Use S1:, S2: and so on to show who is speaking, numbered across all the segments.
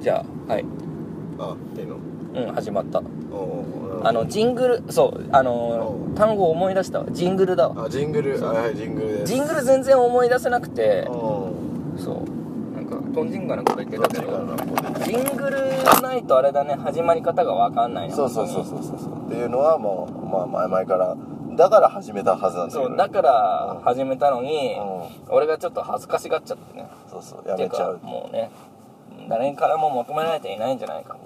S1: じゃあはい
S2: あっていうの
S1: うん始まった
S2: おー
S1: あのジングルそうあの
S2: お
S1: ー単語思い出したわジングルだわ
S2: あジングルはいはいジングルです
S1: ジングル全然思い出せなくて
S2: おー
S1: そうなんかトンジンガなこと言ってたけ
S2: どっち
S1: ど
S2: かなここで
S1: ジングルないとあれだね始まり方が分かんないな
S2: そうそうそうそうそうそうっていうのはもうまあ前々からだから始めたはずなんだけど
S1: そうだから始めたのに
S2: う
S1: 俺がちょっと恥ずかしがっちゃってね
S2: そうそうやめちゃ
S1: っ
S2: う
S1: ていかもうね誰からも求められていないんじゃないか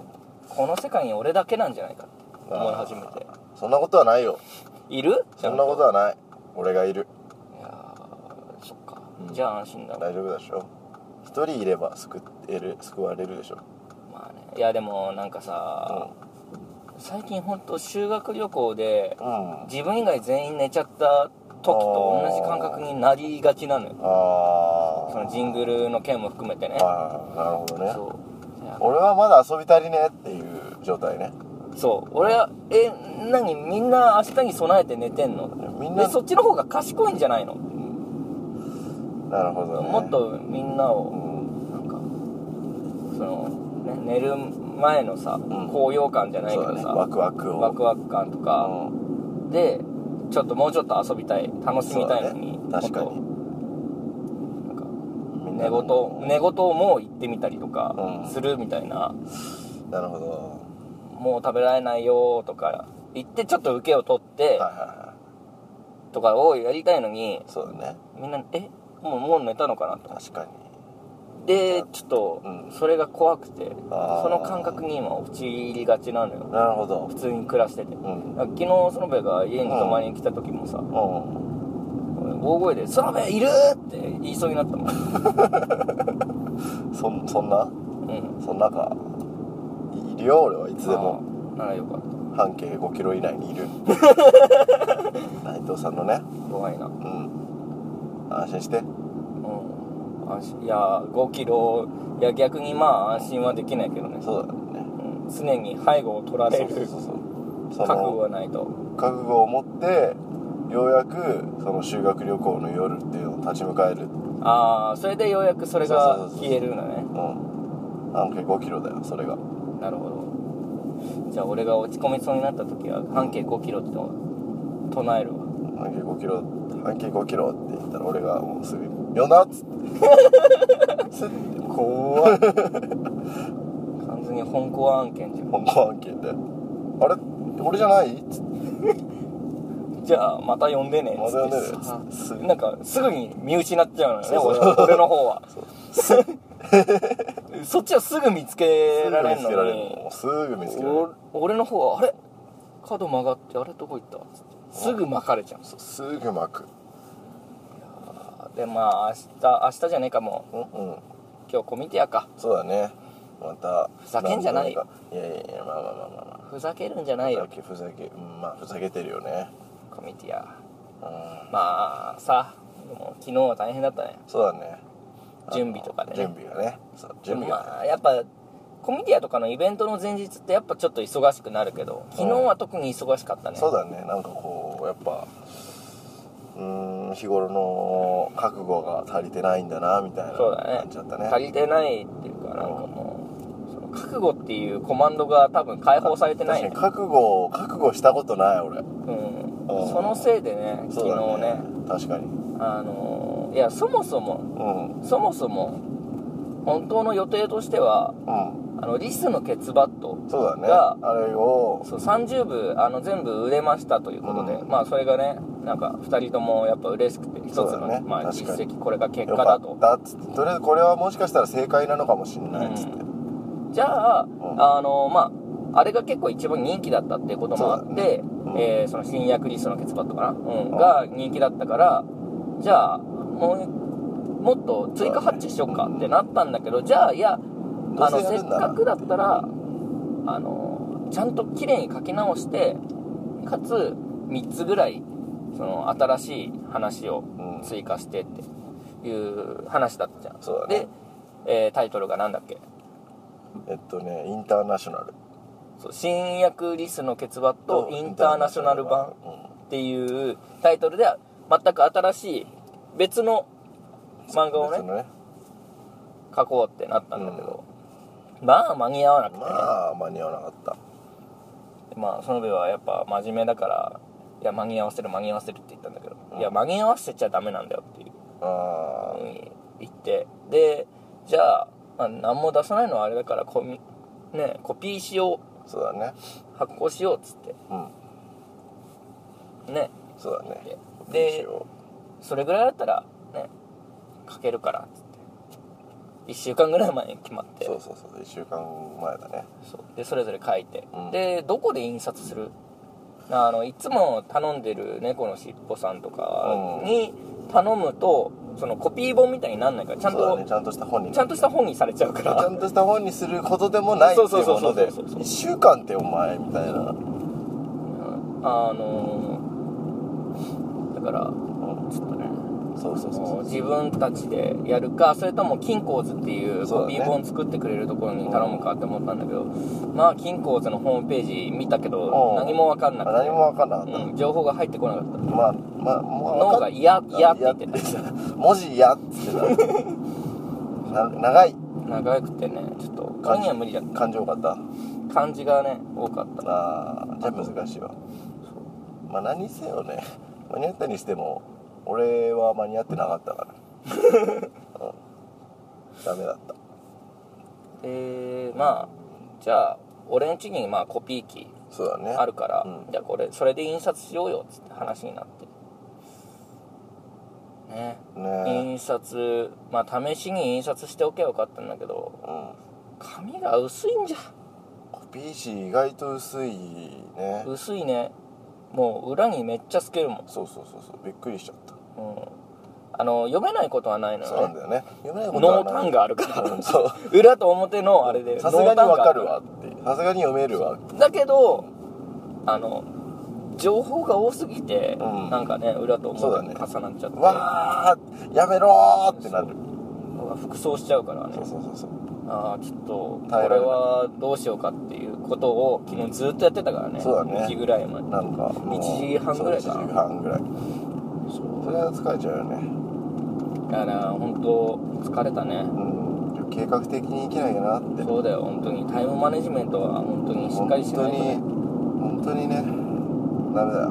S1: この世界に俺だけなんじゃないかって思い始めて
S2: そんなことはないよ
S1: いる
S2: そんなことはない俺がいる
S1: いやーそっか、
S2: うん
S1: じゃあ安心だわ
S2: 大丈夫でしょ一人いれば救える救われるでしょ
S1: まあねいやでもなんかさ、最近ほんと修学旅行で
S2: うんあ
S1: 自分以外全員寝ちゃった時と同じ感覚になりがちなのよ
S2: あ
S1: そのジングルの件も含めてね
S2: ああなるほどね
S1: そういや
S2: 俺はまだ遊び足りねえっていう状態ね
S1: そう俺はえ何みんな明日に備えて寝てんの
S2: みんな
S1: でそっちの方が賢いんじゃないの、
S2: なるほど、ね、
S1: もっとみんな
S2: う
S1: を
S2: ん
S1: なんかその、ね、寝る前のさ、
S2: ん
S1: 高揚感じゃないけ
S2: そう
S1: ど
S2: だね
S1: さ、
S2: ワクワクを
S1: ワクワク感とか
S2: うん
S1: でちょっともうちょっと遊びたい楽しみたいのに、
S2: そうだね確
S1: も
S2: かに
S1: っとなんか
S2: みんな
S1: 寝言寝言をもう言ってみたりと
S2: う
S1: か
S2: ん
S1: するみたいな、
S2: なるほど
S1: もう食べられないよとか言ってちょっと受けを取っ
S2: はい
S1: て
S2: はいは
S1: とかをやりたいのに
S2: いそうだね
S1: みんな「えもうもう寝たのかな?」と
S2: 確かに
S1: でちょっと
S2: うん
S1: それが怖くて、
S2: あー
S1: その感覚に今陥りがちなのよ
S2: なるほど
S1: 普通に暮らしててだか
S2: うん
S1: ら昨日園部が家に泊まりに来た時もさ、
S2: うん
S1: 大声で「園部いる!」って言いそうになったもん、
S2: そんそんな
S1: うん、
S2: そんなかいるよ俺はいつでも
S1: あーならよかった
S2: 半径5キロ以内に いる内藤さんのね
S1: 怖いな、う
S2: うん安心して
S1: ん、安心いやー5キロいや逆にまあ安心はできないけどね、
S2: そうだね
S1: うん、常に背後を取ら
S2: そ
S1: れ
S2: うそう
S1: る
S2: そうそうそ
S1: 覚悟
S2: の
S1: がないと
S2: 覚悟を持ってようやくその修学旅行の夜っていうのを立ち向かえるうん
S1: ああそれでようやくそれ
S2: そう
S1: が
S2: そうそうそう
S1: 消えるんだね
S2: 半径5キロだよそれが
S1: なるほどじゃあ俺が落ち込みそうになった時は半径5キロって唱えるわ
S2: 半径5キロ半径5キロって言ったら俺がもうすぐ「呼んだ!」っつって すって怖い
S1: 完全に本校案件じゃ
S2: 本校半径で「あれ俺じゃない?」っつって
S1: んじゃあまた呼んでねっ
S2: ま
S1: つっ
S2: だ呼んでね
S1: てさ
S2: つって
S1: なんかすぐに身内になっちゃうのよね
S2: そう
S1: 俺
S2: そう
S1: は俺の方は
S2: そう
S1: そっちはすぐ見つけられる
S2: すぐ見つけら
S1: の
S2: れ
S1: に
S2: るもうすぐ見つけられる
S1: お俺の方はあれ角曲がってあれどこ行ったつってすぐ巻かれちゃうんです
S2: そうすぐ巻く
S1: でまあ明日明日じゃねえかもう
S2: うんうん
S1: 今日コミティアか
S2: そうだねまたふ
S1: ざけんじゃないよ
S2: いやいやいやまあまあまあまあ、まあ、
S1: ふざけるんじゃない
S2: ふざ
S1: よ
S2: けふざけうんまあふざけてるよね
S1: コミティア
S2: うん
S1: まあさでも昨日は大変だったね
S2: そうだね
S1: 準備とかでね
S2: 準備がねそう準備が、
S1: まあやっぱコミティアとかのイベントの前日ってやっぱちょっと忙しくなるけど昨日は特に忙しかったね
S2: そうだねなんかこうやっぱうーん日頃の覚悟が足りてないんだなみたいな
S1: そうだね
S2: 感じだったね
S1: 足りてないっていうかなんかもうその覚悟っていうコマンドが多分解放されてない、
S2: 確かに覚悟を覚悟したことない俺
S1: うん、
S2: うん
S1: そのせいでね昨
S2: そ
S1: 日
S2: うだ
S1: ね
S2: 確かに
S1: あのーいやそもそも
S2: うん
S1: そもそも本当の予定としては
S2: うん
S1: あのリスのケツバット
S2: そうだね
S1: が
S2: あれを
S1: そう30部あの全部売れましたということで、
S2: うん
S1: まあそれがねなんか2人ともやっぱ嬉しくて一つ
S2: そう
S1: の、
S2: だね
S1: まあ、
S2: 確
S1: 実
S2: かに
S1: 績これが結
S2: よ
S1: 果
S2: か
S1: だと
S2: ったっつってとりあえずこれはもしかしたら正解なのかもしれないっつって、
S1: じゃあ、
S2: ん
S1: あのまああれが結構一番人気だったっていうこともあって、
S2: そうだねうん
S1: えーその新薬リストのケツバットかな、うん
S2: ん
S1: が人気だったからじゃあもうもっと追加発注しようかってなったんだけど、じゃあいや
S2: ど
S1: あ
S2: う
S1: の
S2: せや
S1: せ
S2: る
S1: っ
S2: んなら
S1: かくだったらあのちゃんと綺麗に書き直してかつ3つぐらいその新しい話を
S2: うん
S1: 追加してっていう話だったじゃん、
S2: そうだね
S1: で、えータイトルが何だっけ
S2: えっとねインターナショナル
S1: そう新薬リスのケツバットインターナショナル版っていうタイトルで全く新しい別の漫画を
S2: 別
S1: ね
S2: のね
S1: 書こうってなったんだけど、まあ間に合わなくてね、
S2: まあ間に合わなかった
S1: まあ園部はやっぱ真面目だからいや間に合わせる間に合わせるって言ったんだけど、
S2: うん
S1: いや間に合わせちゃダメなんだよっていう
S2: あ
S1: ふうに言ってでじゃあ,、まあ何も出さないのはあれだからコミ、ね、コピーしよ
S2: あそうだね
S1: う発行しようっつっ
S2: う
S1: て
S2: ん
S1: ね
S2: そうだね
S1: で
S2: どう
S1: それぐらいだったらね書けるからっつって1週間ぐらい前に決まっ
S2: しよう
S1: て
S2: そうそうそう1週間前だね
S1: そうでそれぞれ書いて、
S2: うん
S1: でどこで印刷するあのいつも頼んでる猫のしっぽさんとかに頼むとそのコピー本みたいになんないからちゃん
S2: そうだ
S1: と、
S2: ねちゃんとした本に
S1: ちゃんとした本にされちゃうか
S2: ちゃ
S1: ら
S2: んとした本にすることでもないっていうもので
S1: そうそうそうそうそうそう
S2: 1週間ってお前みたいな、
S1: あのだからちょっとね
S2: そうそうそうそう
S1: 自分たちでやるかそれとも金コーズっていう
S2: そう
S1: コ
S2: だ
S1: ピ
S2: ね
S1: ー本作ってくれるところに頼むかって思ったんだけど、まあ金コーズのホームページ見たけど
S2: うん
S1: 何も分かんな
S2: あ
S1: くて
S2: 何も分かんなかった、
S1: うん、情報が入ってこなかった
S2: まあまあもう
S1: 脳が嫌嫌って言って
S2: 嫌 って言ってた文字嫌っつってた な長い
S1: 長くてねちょっとこれには無理だっ
S2: 感情多かった
S1: た漢字がね多かった
S2: あーじゃあ難しいわまあ何にせよね間に合ったにしても俺は間に合ってなかったからうんダメだった
S1: でまあじゃあ俺ん家にまあコピー機
S2: そうだね
S1: あるから、
S2: うん
S1: じゃあこれそれで印刷しようよっつって話になってね
S2: ね
S1: 印刷まあ試しに印刷しておけばよかったんだけど
S2: うん
S1: 紙が薄いんじゃ
S2: コピー紙意外と薄いね
S1: 薄いねもう裏にめっちゃ透けるもん、
S2: そうそうそうそうびっくりしちゃった
S1: うん、あの読めないことはないの
S2: そう
S1: よ
S2: なん
S1: ね
S2: だよね夢のことは
S1: 濃
S2: ない
S1: 淡があるから
S2: うんそう
S1: 裏と表のあれで
S2: さすがに
S1: 濃淡
S2: わ
S1: が
S2: か
S1: あ
S2: るわってさすがに読めるわ
S1: だけどあの情報が多すぎて、
S2: うん
S1: なんかね裏と
S2: そうだ
S1: 表
S2: ね
S1: が重なっちゃって、
S2: わーやめろーってなる
S1: 服装しちゃうからね
S2: そうそうそうそう
S1: ああちょっとこ
S2: 耐え
S1: れ
S2: られない
S1: はどうしようかっていうことを昨日ずっとやってたからね
S2: そうだね
S1: 1時ぐらいまで
S2: なんかもう
S1: 1時半ぐらいかな
S2: そう1時半ぐらいそれは疲れちゃうよね
S1: だから本当疲れたね
S2: うん計画的に生きなきゃなって
S1: そうだよ本当にタイムマネジメントは本当にしっかりしないと、ね、
S2: 本当に本当にねダメだよ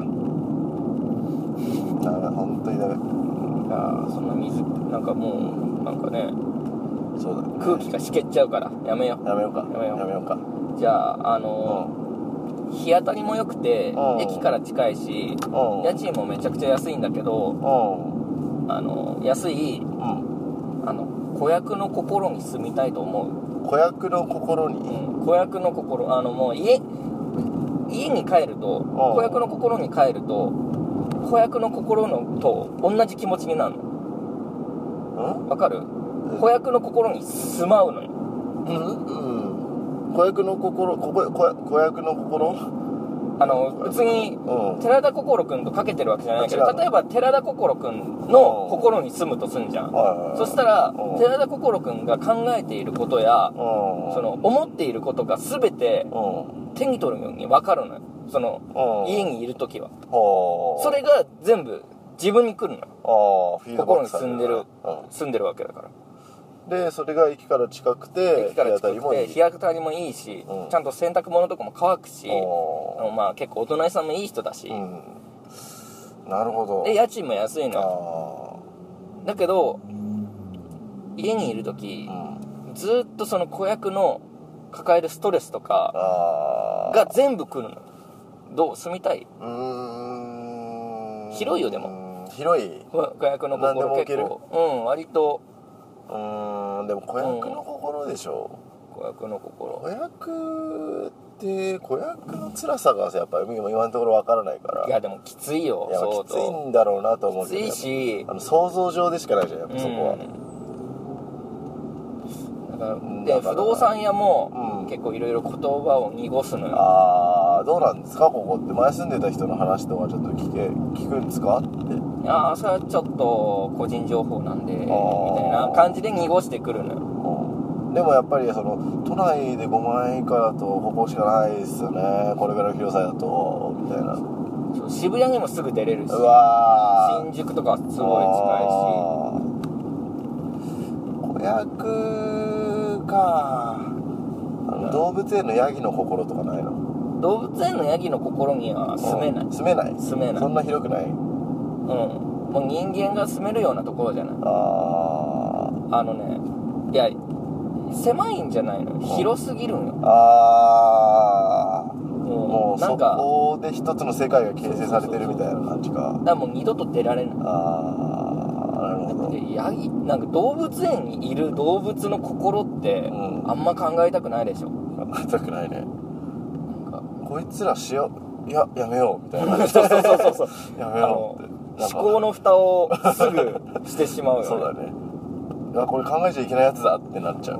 S2: ダメだ本当にダメ
S1: いやーそんな水なんかもうなんかね
S2: そうだね
S1: 空気がしけっちゃうからやめよ
S2: やめようか
S1: やめよう
S2: やめようか
S1: うじゃああのー日当たりも良くて
S2: うん
S1: 駅から近いし
S2: うんうん
S1: 家賃もめちゃくちゃ安いんだけど
S2: う
S1: あの安い
S2: ん
S1: あの子役の心に住みたいと思
S2: うん子役の心
S1: う、う
S2: に
S1: ん、子役の心あのもう家家に帰ると子役の心に帰ると子役の心のと同じ気持ちになるの
S2: うん
S1: わかる子役の心に住まうのよ
S2: うん子役の心ここ子役子役の心
S1: あの別に
S2: うん
S1: 寺田心君とかけてるわけじゃないけど
S2: 違うの
S1: 例えば寺田心君の心に住むとすんじゃんそしたら
S2: うん
S1: 寺田心君が考えていることや
S2: うん
S1: その思っていることが全て
S2: う
S1: 手に取るように分かるのよその
S2: んうん
S1: 家にいる時は
S2: ほう
S1: それが全部自分に来るのよ
S2: ああフィードバ
S1: 心
S2: ック
S1: に
S2: され
S1: 住んでる
S2: う
S1: 住んでるわけだから
S2: んでそれが駅から近くて
S1: 駅から
S2: 日当た
S1: 近
S2: り
S1: く
S2: もい
S1: て
S2: い
S1: 日当たりもいいし
S2: うん
S1: ちゃんと洗濯物とかも乾くしあの
S2: お
S1: まあ結構お隣さんもいい人だし
S2: ーうんなるほど
S1: で家賃も安いのよ
S2: あ
S1: だけど家にいる
S2: ー
S1: 時
S2: うん
S1: ずっとその子役の抱えるストレスとか
S2: あー
S1: が全部来るのどう住みたいう
S2: ーん
S1: 広いよで
S2: も広いう
S1: 子役の
S2: 何でも
S1: 心
S2: 置け
S1: 結
S2: る
S1: 構うん割と
S2: ーんでも子役の心でしょ
S1: 子役の心
S2: 子役って子役の辛さがやっぱり今のところわからないから
S1: いやでもきついよ
S2: いや
S1: 相
S2: きつい
S1: 当
S2: んだろうなと思う
S1: きつ
S2: けど
S1: いし
S2: あの想像上でしかないじゃんやっぱそこは、
S1: うんだから
S2: ん
S1: で
S2: だから
S1: 不動産屋
S2: う
S1: も
S2: ん
S1: 結構いろいろ言葉を濁すのよ
S2: あーどうなんですかここって前住んでた人の話とかちょっと聞け聞くんですかって
S1: いやーそれはちょっと個人情報なんでみたいな感じで濁してくるのよ
S2: うんでもやっぱりその都内で5万円以下だとここしかないですよねこれぐらいの広さだとみたいなう
S1: そう渋谷にもすぐ出れるし
S2: わー
S1: 新宿とかすごい近
S2: いし子役か
S1: うん
S2: 動物園のヤギの心とかないの
S1: 動物園のヤギの心には住めない
S2: うん住めない
S1: 住めない
S2: そんな広くない
S1: うんもう人間が住めるようなところじゃない
S2: あ
S1: あのねいや狭いんじゃないの広すぎるんよ
S2: ーあー
S1: も
S2: も
S1: う
S2: う
S1: な
S2: そ
S1: んかだか
S2: こで一つの世界が形成されてるみたいな感じから
S1: もう二度と出られない
S2: ああなるほど
S1: でヤギなんか動物園にいる動物の心って
S2: うん
S1: あんま考えたくないでしょ
S2: 考えたくないね
S1: なんか
S2: こいつらしよいややめようみたいな
S1: そうそうそうそう
S2: や
S1: あ
S2: めよ
S1: の
S2: うって
S1: 思
S2: なんか
S1: 考の蓋をすぐしてしまうよ、ね、
S2: そうだねうわこれ考えちゃいけないやつだってなっちゃう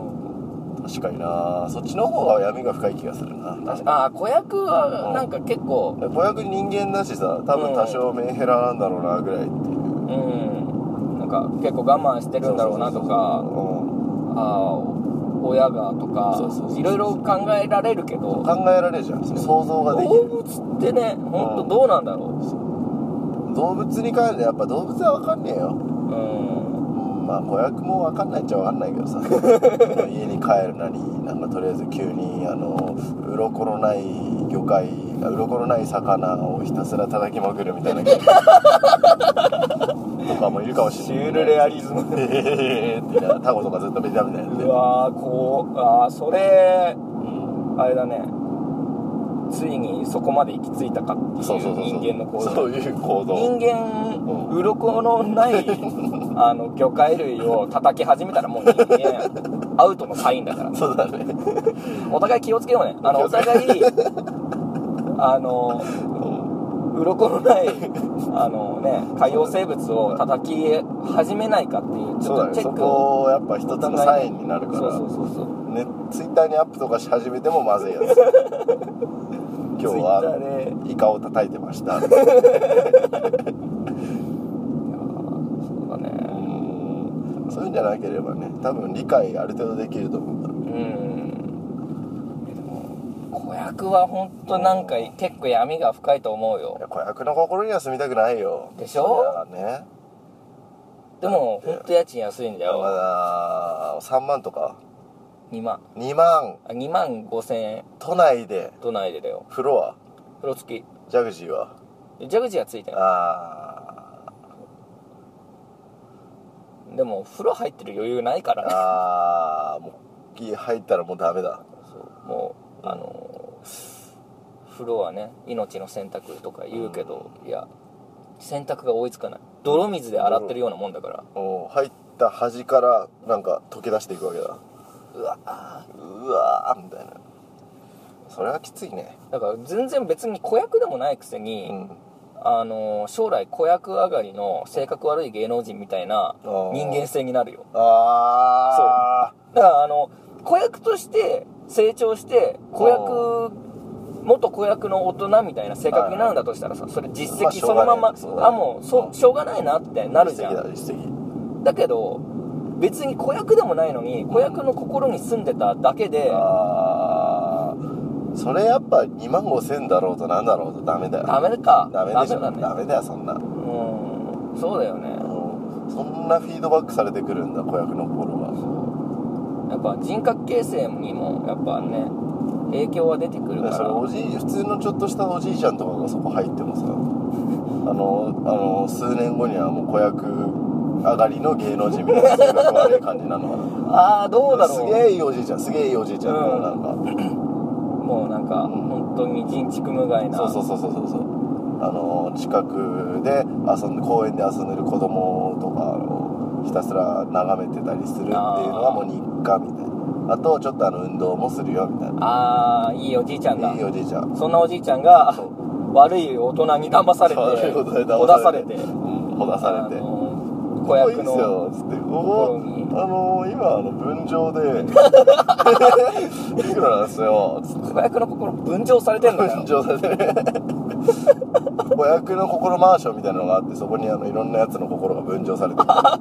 S2: 確かになそっちの方が闇が深い気がするな
S1: 確かああ子役はなんか結構
S2: 子役人間だしさ多分多少メンヘラなんだろうなぐらいっていう
S1: うんなんか結構我慢してるんだろうなとかああ親がと
S2: そうそうそう
S1: か
S2: そう
S1: いろいろ考えられるけど
S2: うん考えられるじゃんその想像ができ
S1: 動
S2: る
S1: 物ってね本当どうなんだろ
S2: 動物に関してやっぱ動物は分かんねえよ
S1: ううん
S2: まあ子役も分かんないっちゃ分かんないけどさ家に帰るなりなんかとりあえず急にあの鱗のない魚介あ鱗のない魚をひたすら叩きまくるみたいなとかもいるかもしれない
S1: シュールレアリズム
S2: ええってなタコとかずっとベタベタやって
S1: うわーこうあーそれ
S2: うん
S1: あれだねついにそこまで行き着いたかっていう
S2: そうそうそうそう
S1: 人間の行動
S2: そういう行動
S1: 人間鱗のないあの魚介類を叩き始めたらもう人間アウトのサインだから
S2: そうだね
S1: お互い気をつけようねあの
S2: 気
S1: お
S2: をつけ
S1: 互いあの鱗のないあのね海洋生物を叩き始めないかっていうち
S2: そ
S1: ょ
S2: うだ
S1: っとチ
S2: ね
S1: ェ
S2: そ
S1: ックを
S2: こをやっぱ一つのサインになるか
S1: そう
S2: ら
S1: そうそうそう
S2: ねツイッターにアップとかし始めても まずいやつ今日は
S1: Twitter で
S2: イカを叩いてましたう
S1: いやーそうだね
S2: んそういうんじゃなければね多分理解ある程度できると思うんだ
S1: うんでも子役は本当なんか結構闇が深いと思うよ
S2: いや子役の心には住みたくないよ
S1: でしょ
S2: そりゃね
S1: でも本当家賃安いんだ
S2: ま
S1: よ
S2: だ3万とか
S1: 2万
S2: 2万
S1: あ2万5千円
S2: 都内で
S1: 都内でだよ
S2: フロア
S1: 風呂付き
S2: ジャグジーは
S1: ジャグジーがついてな
S2: あ
S1: いでも風呂入ってる余裕ないか
S2: ー
S1: らね
S2: あーもう入ったらもうダメだ
S1: そうもうあのー風呂はね命の洗濯とか言うけど、いや洗濯が追いつかない泥水で洗ってるようなもんだから
S2: もう入った端からなんか溶け出していくわけだうわーうわーみたいなそれはきついね
S1: だから全然別に子役でもないくせ
S2: う
S1: に、
S2: ん
S1: あのー将来子役上がりの性格悪い芸能人みたいな
S2: ー
S1: 人間性になるよ
S2: ああ
S1: だからあの子役として成長して子役元子役の大人みたいな性格になるんだとしたらさそれ実
S2: まあ
S1: 績そのまま
S2: しょうがない
S1: あもうそううんしょうがないなってなるじ
S2: 実
S1: ゃ
S2: 績だ
S1: ん
S2: 実績
S1: だけど別に子役でもないのに子役の心に住んでただけで
S2: ああそれやっぱ2万5千だろうとなんだろうとダメだよ
S1: ダメか
S2: ダメでしょ
S1: ダ
S2: ダ
S1: メ
S2: メ
S1: だね
S2: だよそんなうん
S1: うんそうだよね
S2: そんなフィードバックされてくるんだ子役の頃は
S1: やっぱ人格形成にもやっぱね影響は出てくるか
S2: それ
S1: ら
S2: おじい普通のちょっとしたおじいちゃんとかがそこ入ってもさあのあの数年後にはもう子役上がりの芸能人みたいな性格悪い感じなのかな
S1: ああどうだろう
S2: すげえいいおじいちゃんすげえいいおじいちゃん
S1: うん
S2: もうなんか、
S1: もうなんか本当に人畜無害な
S2: そうそうそうそうそうそうあの近くで遊んで公園で遊んでる子供とかをひたすら眺めてたりするっていうのがもう日課みたいなあとちょっとあの運動もするよみたいな
S1: ああいいおじいちゃんだ
S2: いいおじいちゃん
S1: そんなおじいちゃんが
S2: そう
S1: 悪い大人に騙されて
S2: そういうことで
S1: おだされて
S2: うんほだされ
S1: あ
S2: て「
S1: の
S2: こ
S1: 子
S2: れいい
S1: 役
S2: っす
S1: の
S2: よ」つって「
S1: こ
S2: お
S1: ろに
S2: あのー、今あの分譲 でいくらなんですよ」つって
S1: 子役の心分譲 されてんのか
S2: 分譲されて子役の心マーションみたいなのがあってそこにあのいろんなやつの心が分譲されてる
S1: あ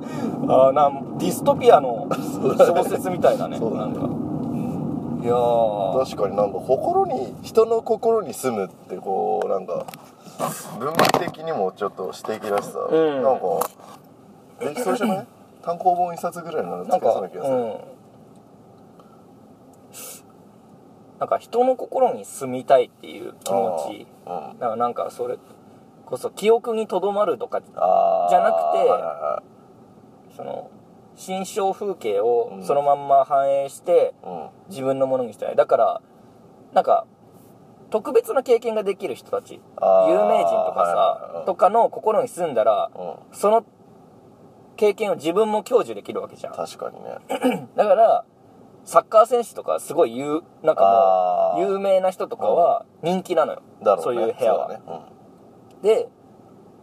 S1: ーなんディストピアの小説みたいだね
S2: そうだ
S1: なん
S2: ね
S1: かいやー
S2: 確かになんか心に人の心に住むってこうなんか文学的にもちょっと詩的だしさ、
S1: うん
S2: なんかできそうじゃない単行本一冊ぐらい
S1: な
S2: のなんんか
S1: か
S2: そ
S1: う
S2: うなん気がする、
S1: なんか人の心に住みたいっていう気持ち
S2: あーうん
S1: だからなんかそれこそ記憶にとどまるとか
S2: あー
S1: じゃなくて
S2: はいは
S1: その心象風景を
S2: うん
S1: そのまんま反映して
S2: いはい
S1: 自分のものにしたいだからなんか特別な経験ができる人たち
S2: あー
S1: 有名人と
S2: はいはい
S1: か
S2: は
S1: さ
S2: い
S1: とかの心に住んだら
S2: うん、うん、
S1: その経験を自分も享受できるわけじゃん
S2: 確かにね
S1: だからサッカー選手とかすごい言うなんか
S2: あ
S1: も
S2: ー
S1: う有名な人とかは人気なのよ
S2: だろうね
S1: そういう部屋は
S2: そうだね、
S1: で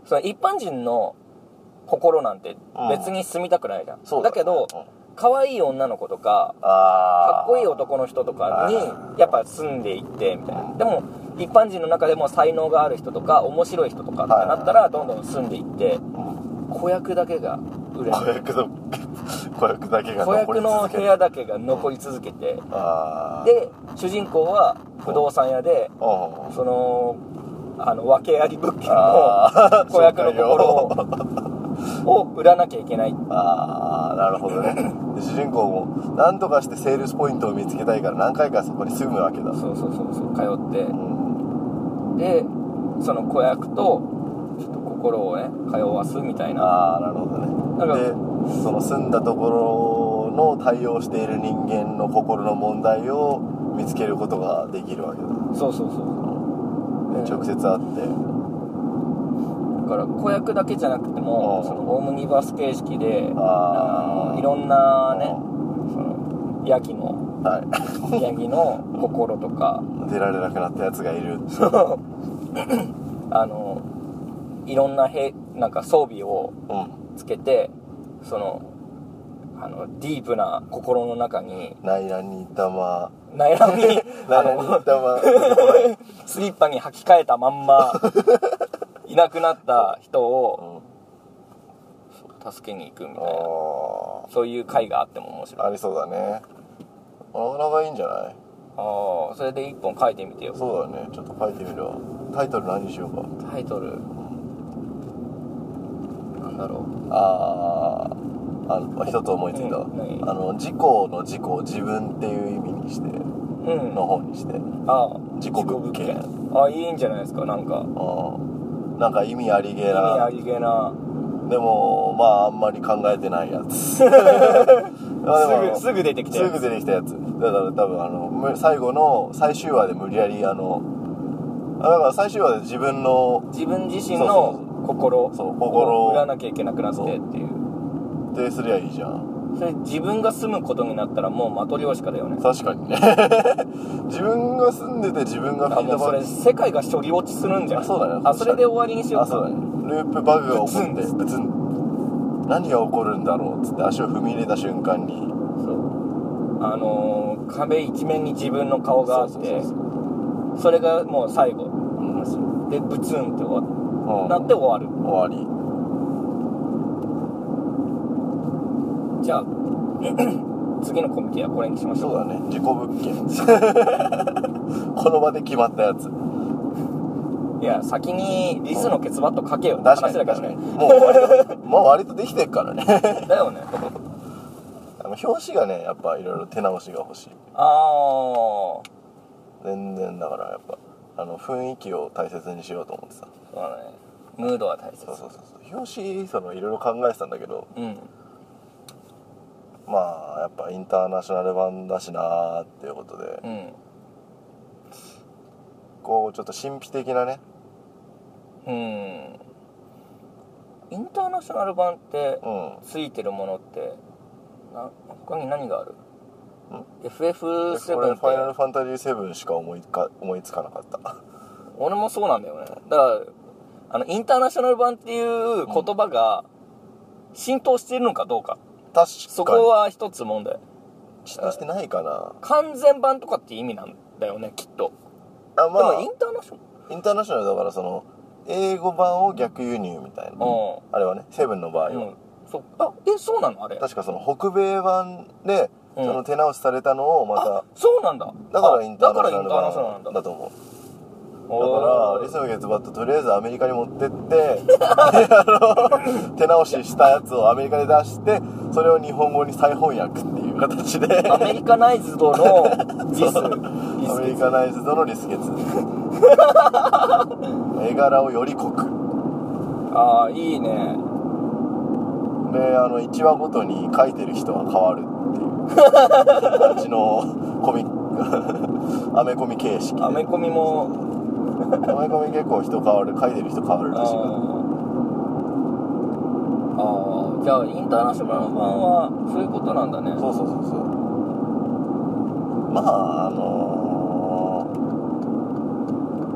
S1: その一般人の心なんて別に住みたくないじゃん、
S2: うん、そう
S1: だ
S2: ね
S1: けど
S2: うん
S1: 可愛い女の子とかか
S2: あ
S1: っこいい
S2: 男
S1: 男の人とか
S2: あ
S1: にやっぱ住んでいってみたいな
S2: うん
S1: でも一般人の中でも才能がある人とか面白い人とかってなったらどんどん住んでいって子役だけが売れ
S2: 子
S1: ない
S2: 役の子役だけが
S1: 子
S2: 残
S1: 役
S2: り
S1: の
S2: 続け
S1: 部
S2: る
S1: 屋だけが残り続けて
S2: あー
S1: で主人公は不動産屋で
S2: うん
S1: そのあの訳あり物件の
S2: あ ー
S1: 子役の心
S2: そうかよ
S1: を売らなきゃいけない
S2: ああなるほどねで主人公も何とかしてセールスポイントを見つけたいから何回かそこに住むわけだ
S1: そうそうそうそう通って
S2: うん
S1: でその子役とちょっと心をね通わすみたいな
S2: ああなるほ
S1: な
S2: ど
S1: んか
S2: ねでその住んだところの対応している人間の心の問題を見つけることができるわけだ、
S1: そうそうそう
S2: で
S1: で
S2: 直接会って
S1: だから子役だけじゃなくても
S2: うん
S1: そのオムニバス形式であ
S2: あ
S1: の
S2: あ
S1: いろんなね
S2: う
S1: そのヤギの
S2: は
S1: ヤギの心とか
S2: い出られなくなったやつがいる
S1: あのいろんなへなんか装備を
S2: うん
S1: つけてそのあのディープな心の中に
S2: 内乱に玉
S1: 悩みあ
S2: 内乱
S1: の
S2: に玉
S1: スリッパに履き替えたまんまいなくなった人を
S2: うん
S1: 助けに行くみたいな
S2: あ
S1: そういう回があっても面白
S2: あ
S1: い
S2: ありそうだねなかなかいいんじゃない
S1: ああそれで一本書いてみてよ
S2: そうだねちょっと書いてみるわタイトル何にしようか
S1: タイトルなんだろ
S2: あーあの一つ思いついたわ、
S1: うん何
S2: あの事故の事故を自分っていう意味にして
S1: ううん
S2: の方にして
S1: ああ
S2: 自己物件
S1: あいいんじゃないですかなんか
S2: あーなんか意味ありげ
S1: 意味あ
S2: な
S1: りげな
S2: でもまああんまり考えてないや つあですも
S1: ぐすぐ出てきて
S2: すぐ出てきたやつだから多分あのむ最後の最終話で無理やりあのあだから最終話で自分の
S1: 自分自身
S2: そう
S1: の
S2: そう
S1: 心を
S2: そう心を
S1: 売らなきゃいけなくなってっていう
S2: で、すりゃいいじゃん
S1: それ自分が住むことになったらもうマトリョーシカだよね
S2: 確かにね自分が住んでて自分が
S1: あ
S2: フィー
S1: も
S2: ド
S1: う
S2: バ
S1: そ
S2: ッ
S1: れ
S2: ク
S1: 世界が処理落ちするんじゃん
S2: あそうだね
S1: あそれで終わりにしよ
S2: あ
S1: う
S2: そうだ
S1: か
S2: ねループバグが起こっ
S1: ブ
S2: て
S1: ツン
S2: ブツン何が起こるんだろうっつって足を踏み入れた瞬間に
S1: そうあのー壁一面に自分の顔があってそ
S2: そうそうそう
S1: れがもう最後
S2: うん
S1: でブツンって終わ
S2: うん
S1: なって終わ
S2: 終わ
S1: るじゃあ 次のコミュニティはこれにしま
S2: り
S1: しょ
S2: そううだね事故物 件この場で決まったやつ
S1: いや先にリスのケツバット書けよって
S2: 確か
S1: 話
S2: に
S1: だけ
S2: 確
S1: ど
S2: かに
S1: ね
S2: もう割ともう割とできてるからね
S1: だよね
S2: あの表紙がねやっぱいろいろ手直しが欲しい
S1: ああ
S2: 全然だからやっぱあの雰囲気を大切にしようと思ってさ
S1: そうだねムードは大切
S2: そうそうそうそう表紙そのいろいろ考えてたんだけど
S1: うん
S2: まあやっぱインターナショナル版だしなーっていうことで、
S1: うん
S2: こうちょっと神秘的なね
S1: うんインターナショナル版って
S2: うん
S1: ついてるものってな他に何がある
S2: これ
S1: FF7
S2: ファイナ
S1: っ
S2: ル
S1: て
S2: ファンタジー7しか思いか思いつかなかった
S1: 俺もそうなんだよねだからあのインターナショナル版っていう言葉が浸透しているのかどうか
S2: 確かに
S1: そこは一つ問題
S2: 嫉妬してないかな
S1: 完全版とかって意味なんだよねきっと
S2: あま
S1: で
S2: あ
S1: もインターナショナ
S2: インターナショナルだからその英語版を逆輸入みたいな
S1: ル
S2: あれはねセブンの場合は、
S1: うん、うん、そあえそうなのあれ
S2: 確かその北米版で、
S1: うん
S2: その手直しされたのをま
S1: あ
S2: た
S1: そうなんだ
S2: だからインターナショナル
S1: あだからインターナショナルなん
S2: 版
S1: だ
S2: だと思うから理想月バットとりあえずアメリカに持ってってであの手直ししたやつをアメリカで出してそれを日本語に再翻訳っていう形で
S1: アメリカナイズドのリスリ
S2: ア
S1: ス
S2: メリ
S1: 月
S2: カナイズドのリス月絵柄をより濃く
S1: ああいいね
S2: であの1話ごとに書いてる人が変わる っていう感じのコミックアメコミ形式で
S1: アメコミも
S2: アメコミ結構人変わる書いてる人変わる
S1: あ
S2: らしいから
S1: ーあーじゃあインターナショナル版はそういうことなんだね
S2: そうそうそうそうまああのー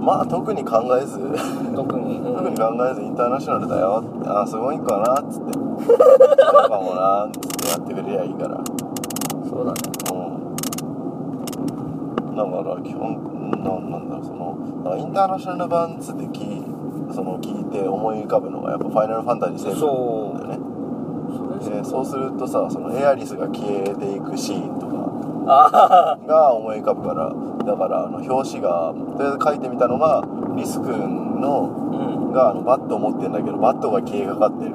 S2: まあ特に考えず
S1: 特に、うん
S2: 特に考えずインターナショナルだよあすごいんかなっつってそうかもなっつってやってくれりゃいいからうん
S1: そうだね
S2: だから基本なんなんだろうそのだからインターナショナル版っつって聞いその聞いて思い浮かぶのがやっぱ「ファイナルファンタジー7」
S1: そ
S2: なんだよね
S1: う
S2: でそうするとさそのエアリスが消えていくシーンとか
S1: ああ
S2: が思い浮かぶからだからあの表紙がとりあえず書いてみたのがリス君の
S1: うん
S2: があのバットを持ってんだけどバットが消えかかってる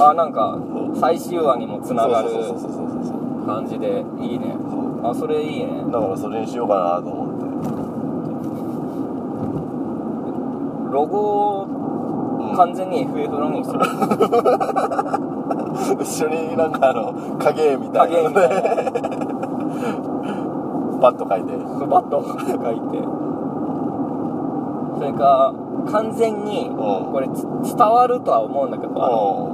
S1: あなんか最終話にもつながる
S2: そうそうそうそうそうそう
S1: 感じでいいね
S2: そう
S1: あそれいいね
S2: だからそれにしようかなと思って、
S1: ロゴ
S2: うん
S1: 完全に FF ロにする
S2: 後ろになんかあの影絵みたい
S1: 影
S2: な
S1: みたい な
S2: バット書いて
S1: そうバット書いてそれか完全にこれつ伝わるとは思うんだけどあ
S2: う
S1: の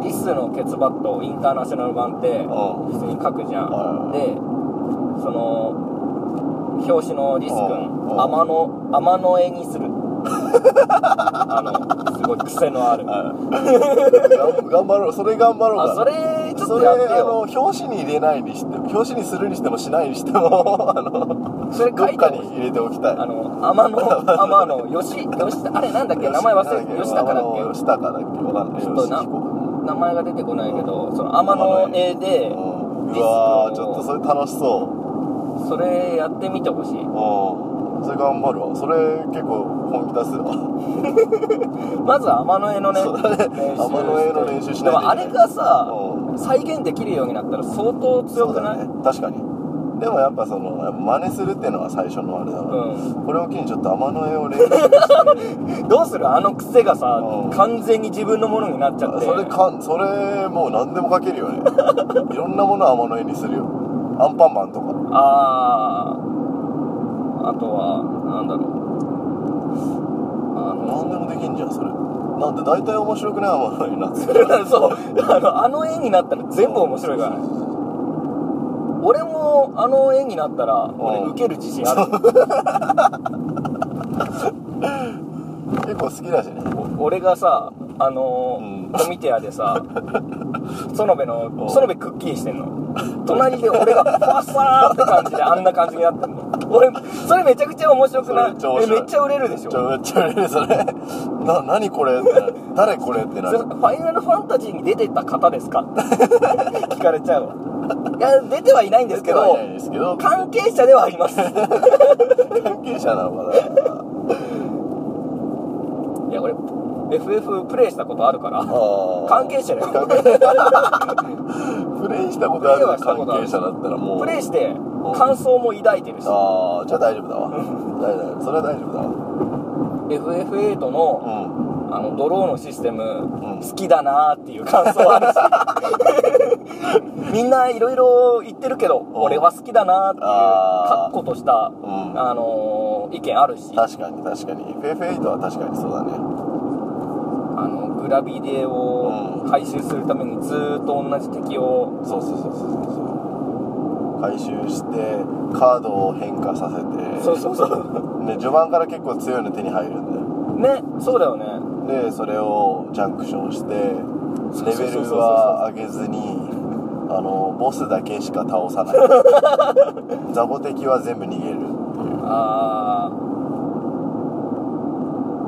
S1: リスのケツバットインターナショナル版って
S2: んうん
S1: 普通に書くじゃ
S2: は
S1: ん
S2: い
S1: でその表紙のリス君
S2: うん
S1: 天の天の絵にす るあのすごい癖のある
S2: はい 頑張ろうそれ頑張ろうか
S1: あそれちょっ
S2: そ
S1: と
S2: れ
S1: やって
S2: あの
S1: よ
S2: 表紙に入れないにしても表紙にするにしてもしないにしてもあの
S1: それ
S2: ど
S1: 書
S2: っ
S1: いて
S2: か
S1: ほ
S2: に
S1: しい
S2: 入れておきたい
S1: あの天野天野吉吉あれなんだっけ名前忘れて吉高だっけ
S2: 吉高だっけわかんない
S1: ちょっとな
S2: 吉彦
S1: 名前が出てこないけどその天野絵で
S2: うん
S1: リスクを
S2: うわーちょっとそれ楽しそう
S1: それやってみてほしい
S2: うんそれ頑張るわそれ結構本気出すわ
S1: まずは天野絵のね
S2: そうだね
S1: 練習して
S2: 天野絵の練習し
S1: で
S2: ないといけない
S1: もあれがさ
S2: うん
S1: 再現できるようになったら相当強
S2: そう
S1: くな
S2: だ
S1: い
S2: ね確かにでもやっぱその真似するっていうのが最初のあれだから、
S1: う
S2: これを機にちょっと天の絵を練習して
S1: どうするあの癖がさ
S2: うん
S1: 完全に自分のものになっちゃって
S2: それかそれもう何でも描けるよねいろんなものを天の絵にするよアンパンマンとか
S1: あああとはなんだろうあの
S2: 何でもできんじゃんそれなんて大体面白くない天の絵になってる
S1: そうあのあの絵になったら全部面白いからね俺もあの絵になったら
S2: う
S1: 俺
S2: ん
S1: 受ける自信ある
S2: 結構好きだしね
S1: 俺がさあの
S2: うん
S1: ーコミテアで さ園部
S2: う
S1: の
S2: ん
S1: 園部クッキーしてんの隣で俺がファッサーって感じであんな感じになってんの俺それめちゃくちゃ面白くない
S2: それ
S1: えめ
S2: め
S1: っ
S2: っ
S1: ち
S2: ち
S1: ゃ
S2: ゃ
S1: 売れるでしょ
S2: めっちゃめっちゃ売れるそれな何これってなる誰これってな
S1: それ
S2: る
S1: ファイナルファンタジーに出てた方ですか聞かれちゃ うわいや出てはいないんですけ
S2: 出ては
S1: ど
S2: いないですけど
S1: 関係者ではあります
S2: 関係者なのかない
S1: や俺 FF プレイしたことあるから
S2: あー
S1: 関係者だよ
S2: 関係プレイしたことあ
S1: プレイ
S2: る
S1: はした
S2: 関
S1: ことある
S2: 係者だったらもう
S1: プレイして
S2: ん
S1: 感想も抱いてるし
S2: ああじゃあ大丈夫だわ大丈夫それは大丈夫だわ
S1: FF8 の
S2: うん
S1: あのドローのシステム、
S2: ん
S1: 好きだなーっていう感想あるし みんないろいろ言ってるけど俺は好きだなーっていう
S2: あー
S1: 確固とした、
S2: ん
S1: あのー意見あるし
S2: 確かに確かに FF8 は確かにそうだね
S1: あのグラビデを回収するためにずーっと同じ敵を
S2: そうそうそうそうそうそう回収してカードを変化させて
S1: そうそうそう
S2: ね序盤から結構強いの手に入るんだよ
S1: ねそうだよね
S2: でそれをジャンクションして
S1: そう
S2: レ
S1: そうそう
S2: ベ
S1: そう
S2: ルは上げずにあのボスだけしか倒さない ザボ敵は全部逃げる
S1: あー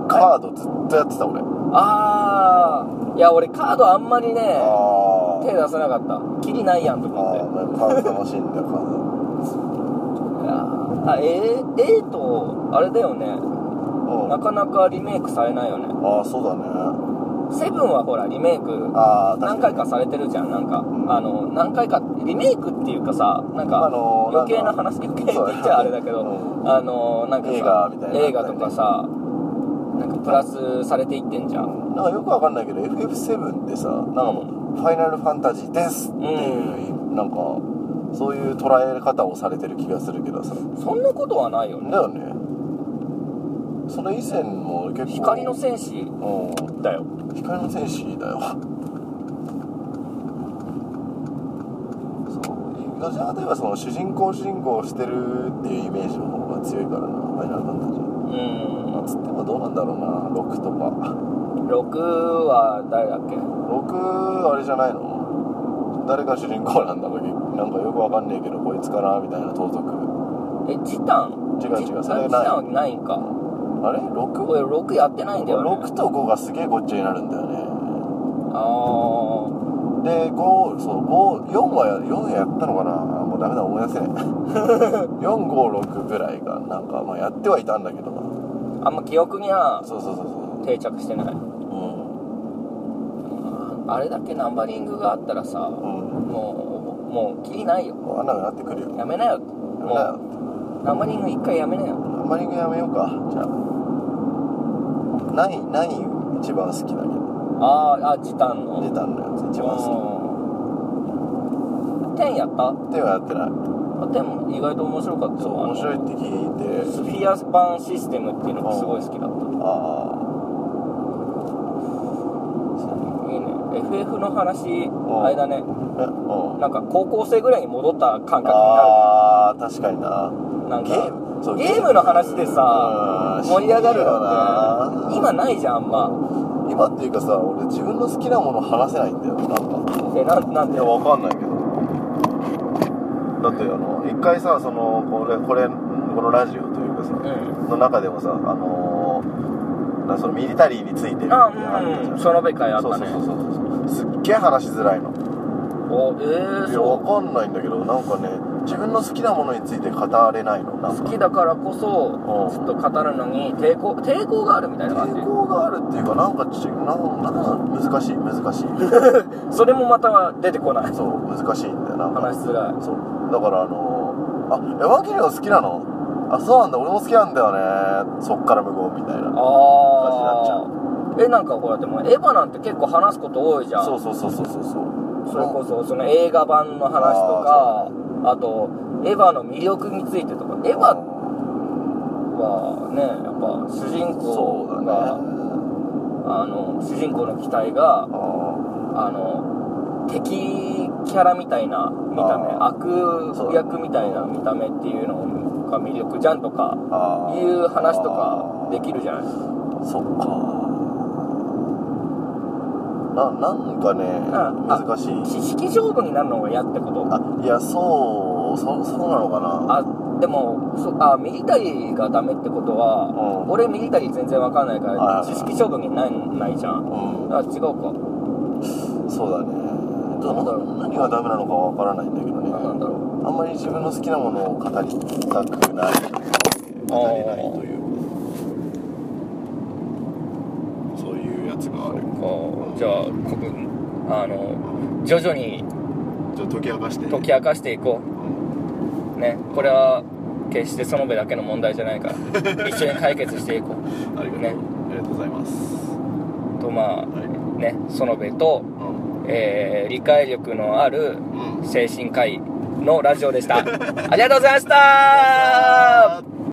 S2: カードずっとやってた俺
S1: あーいや俺カードあんまりね
S2: あ
S1: 手出さなかったキリないやんと
S2: あ
S1: かって
S2: ああカード楽しいんだよカード
S1: いやーあえー、えーとあれだよね
S2: うん
S1: なかなかリメイクされないよね
S2: ああそうだね
S1: セブンはほらリメイク
S2: ああ
S1: 何
S2: 確
S1: 回
S2: に
S1: かされてるじゃんなんか、
S2: ん
S1: あの何回かリメイクっていうかさなん
S2: あ
S1: か
S2: のー
S1: 余計
S2: な
S1: なん
S2: か
S1: 話余計
S2: そう
S1: じゃああれだけど、
S2: う
S1: あのなんかさ
S2: 映画みたいな
S1: 映画とかさなんかプラスされていってんじゃん
S2: なんかよくわかんないけど FF7 ってさなんかもう「ファイナルファンタジーです」っていう、なんかそういう捉え方をされてる気がするけどさ
S1: そんなことはないよね
S2: だよねそれ以前も結構
S1: 光の戦士
S2: う
S1: だよ
S2: ん光の戦士だよそうどちらかといえばその主人公主人公をしてるっていうイメージの方が強いからなファイナルファンタジー
S1: うん
S2: まあつってもどうなんだろうな6とか
S1: 6は誰だっけ
S2: 6あれじゃないの誰が主人公なんだろうなんかよくわかんねえけどこいつかなみたいな盗賊
S1: えチタン
S2: 違う違う
S1: チ
S2: それない
S1: チタンはないんか
S2: あれ 6?
S1: 俺6やってないんだよ、ね、
S2: 6と5がすげえごっちゃになるんだよね
S1: あ
S2: で5そう5 4はや4やったのかなもうダメだ思い出せ ない456ぐらいがなんかまあやってはいたんだけど
S1: ーあんま記憶には
S2: そうそうそうそ
S1: 定着してないう
S2: うん
S1: あれだけナンバリングがあったらさも
S2: うん
S1: うもう切りないよ
S2: もうあんなのなってくるよ
S1: やめなよ
S2: やめなよ
S1: もうナンバリング一回やめなよ
S2: あんまりやめようかじゃあ何何一番好きだけど
S1: あーあチタンの
S2: 出たんだよ一番好
S1: テンやった
S2: きではやってない
S1: テン意外と面白かった
S2: そう
S1: よあの
S2: 面白いって聞いて
S1: スフィア版システムっていうのがすごい好きだった
S2: あ
S1: いいね FF の話
S2: ん
S1: あれだね
S2: あえうん
S1: なんか高校生ぐらいに戻った感覚
S2: あー確かにな
S1: になるなん
S2: ゲ
S1: か
S2: ームそう
S1: ゲームの話でさ
S2: うん
S1: 盛り上がる
S2: よ
S1: よ
S2: な
S1: ね今ないじゃんあんま
S2: 今っていうかさ俺自分の好きなもの話せないんだよなんか
S1: えなんなん
S2: い
S1: で
S2: やわかんないけどだってあの一回さそのこれこれこのラジオというかさ
S1: うん
S2: の中でもさあのーなそのミリタリーについてみたいな
S1: あ
S2: 話
S1: うんうん
S2: じゃん
S1: そのべ会あっ
S2: そう
S1: た
S2: そう
S1: ね
S2: そうそうそうすっげえ話しづらいの
S1: おえー、
S2: いや
S1: そう
S2: わかんないんだけどなんかね自分の好きなものについて語れないのなんか
S1: 好きだからこそちょっと語るのに抵抗抵抗があるみたいな感
S2: 抵抗があるっていうかなんかちなんなん難しい難 しい
S1: じそれもまた出てこない
S2: そう難しいんだよなんか
S1: 話しづらい
S2: そうだからあのー、あエヴァンゲリオン好きなのあそうなんだ俺も好きなんだよねそっから無言みたいな
S1: ああえなんかほらでもエヴァなんて結構話すこと多いじゃん
S2: そうそうそうそうそうそう
S1: それこそその映画版の話とかあ,、とエヴァの魅力についてとかエヴァはねやっぱ主人公
S2: そうだ
S1: が、
S2: ね
S1: あの主人公の機体が
S2: あ
S1: あの敵キャラみたいな見た目
S2: あ
S1: 悪役みたいな見た目っていうのが魅力じゃんとか
S2: ーあー
S1: いう話とかできるじゃない
S2: そっかななんかね
S1: んあ
S2: 難しい
S1: 知識勝負になるのが嫌ってこと
S2: あいやそうそそうなのかな
S1: あでもそあミリタリーがダメってことは
S2: うん
S1: 俺ミリタリー全然わかんないから
S2: はい
S1: 知識勝負になんないじゃん
S2: う
S1: あ違うか
S2: んそうだねど
S1: なんだろ
S2: う
S1: う
S2: 何がダメなのかわからないんだけどね
S1: 何なんだろ
S2: あんまり自分の好きなものを語りたくない語れないというそういうやつがある
S1: うじゃあこあの徐々に
S2: じゃあ解き明かして
S1: 解き明かしていこ
S2: うん
S1: うねこれは決して園部だけの問題じゃないから一緒に解決していこ
S2: ありがとう、
S1: ね
S2: ありがとうございます
S1: うとまあ
S2: はい
S1: ね園部と、
S2: う
S1: えー理解力のある
S2: んうん
S1: 精神科医のラジオでしたありがとうございました